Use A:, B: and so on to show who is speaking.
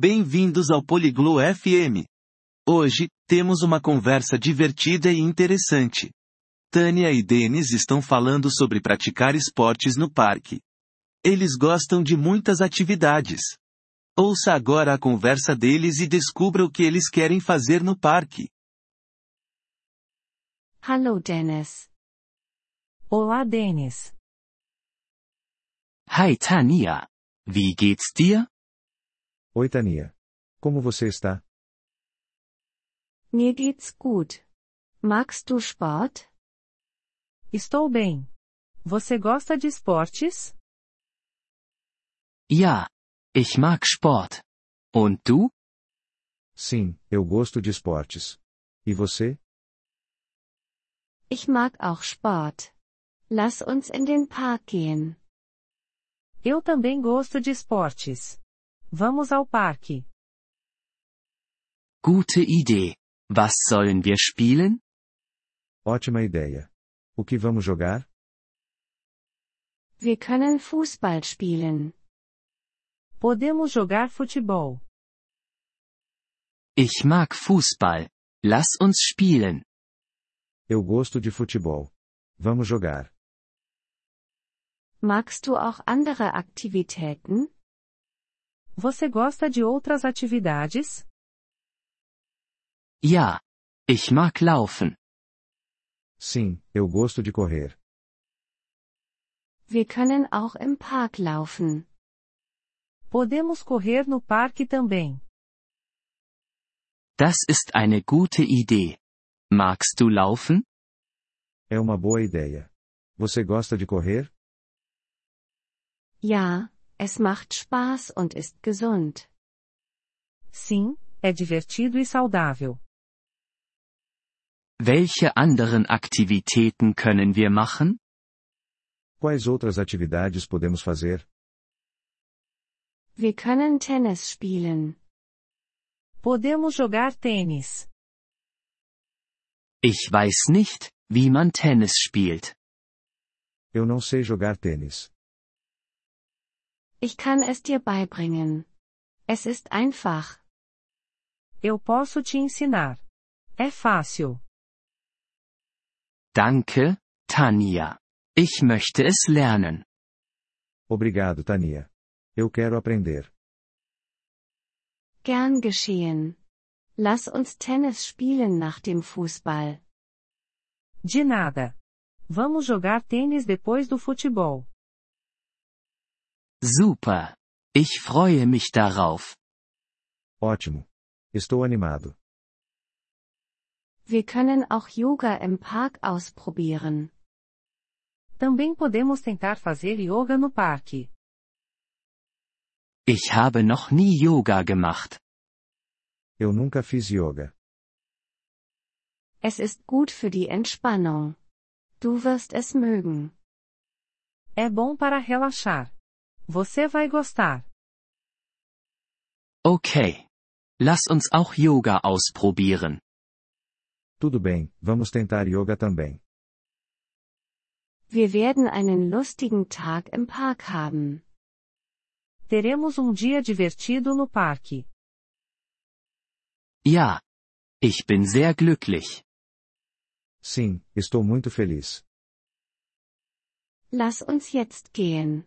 A: Bem-vindos ao Poliglo FM. Hoje, temos uma conversa divertida e interessante. Tânia e Denis estão falando sobre praticar esportes no parque. Eles gostam de muitas atividades. Ouça agora a conversa deles e descubra o que eles querem fazer no parque.
B: Hallo Dennis.
C: Olá, Denis.
D: Hi Tania. Wie geht's dir?
E: Oi, Tania. Como você está?
B: Mir geht's gut. Magst du Sport?
C: Estou bem. Você gosta de esportes?
D: Ja. Ich mag Sport. Und du?
E: Sim, eu gosto de esportes. E você?
B: Ich mag auch Sport. Lass uns in den Park gehen.
C: Eu também gosto de esportes. Vamos ao parque.
D: Gute Idee. Was sollen wir spielen?
E: Ótima ideia. O que vamos jogar?
B: Wir können Fußball spielen.
C: Podemos jogar futebol.
D: Ich mag Fußball. Lass uns spielen.
E: Eu gosto de futebol. Vamos jogar.
B: Magst du auch andere Aktivitäten?
C: Você gosta de outras atividades?
D: Ja. Ich mag laufen.
E: Sim, eu gosto de correr.
B: Wir können auch im Park laufen.
C: Podemos correr no parque também.
D: Das ist eine gute Idee. Magst du laufen?
E: É uma boa ideia. Você gosta de correr?
B: Ja, es macht Spaß und ist gesund.
C: Sim, é divertido e saudável.
D: Welche anderen Aktivitäten können wir machen?
E: Quais outras atividades podemos fazer?
B: Wir können Tennis spielen.
C: Podemos jogar tênis.
D: Ich weiß nicht, wie man Tennis spielt.
E: Eu não sei jogar tênis.
B: Ich kann es dir beibringen. Es ist einfach.
C: Eu posso te ensinar. É fácil.
D: Danke, Tanja. Ich möchte es lernen.
E: Obrigado, Tania. Eu quero aprender.
B: Gern geschehen. Lass uns Tennis spielen nach dem Fußball.
C: De nada. Vamos jogar tênis depois do futebol.
D: Super. Ich freue mich darauf.
E: Ótimo. Estou animado.
B: Wir können auch Yoga im Park ausprobieren.
C: Também podemos tentar fazer yoga no parque.
D: Ich habe noch nie Yoga gemacht.
E: Eu nunca fiz yoga.
B: Es ist gut für die Entspannung. Du wirst es mögen.
C: É bom para relaxar. Você vai gostar.
D: Okay. Lass uns auch Yoga ausprobieren.
E: Tudo bem, vamos tentar yoga também.
B: Wir werden einen lustigen Tag im Park haben.
C: Teremos um dia divertido no parque.
D: Ja. Ich bin sehr glücklich.
E: Sim, estou muito feliz.
B: Lass uns jetzt gehen.